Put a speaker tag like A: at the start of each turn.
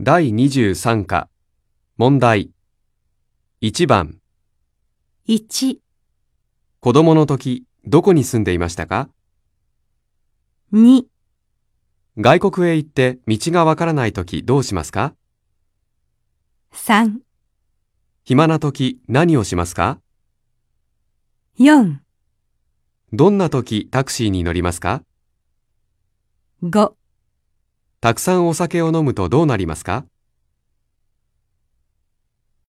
A: 第23課問題1番
B: 1、
A: 子供の時どこに住んでいましたか
B: 2、
A: 外国へ行って道がわからない時どうしますか
B: 3、
A: 暇な時何をしますか
B: 4、
A: どんな時タクシーに乗りますか
B: 5
A: たくさんお酒を飲むとどうなりますか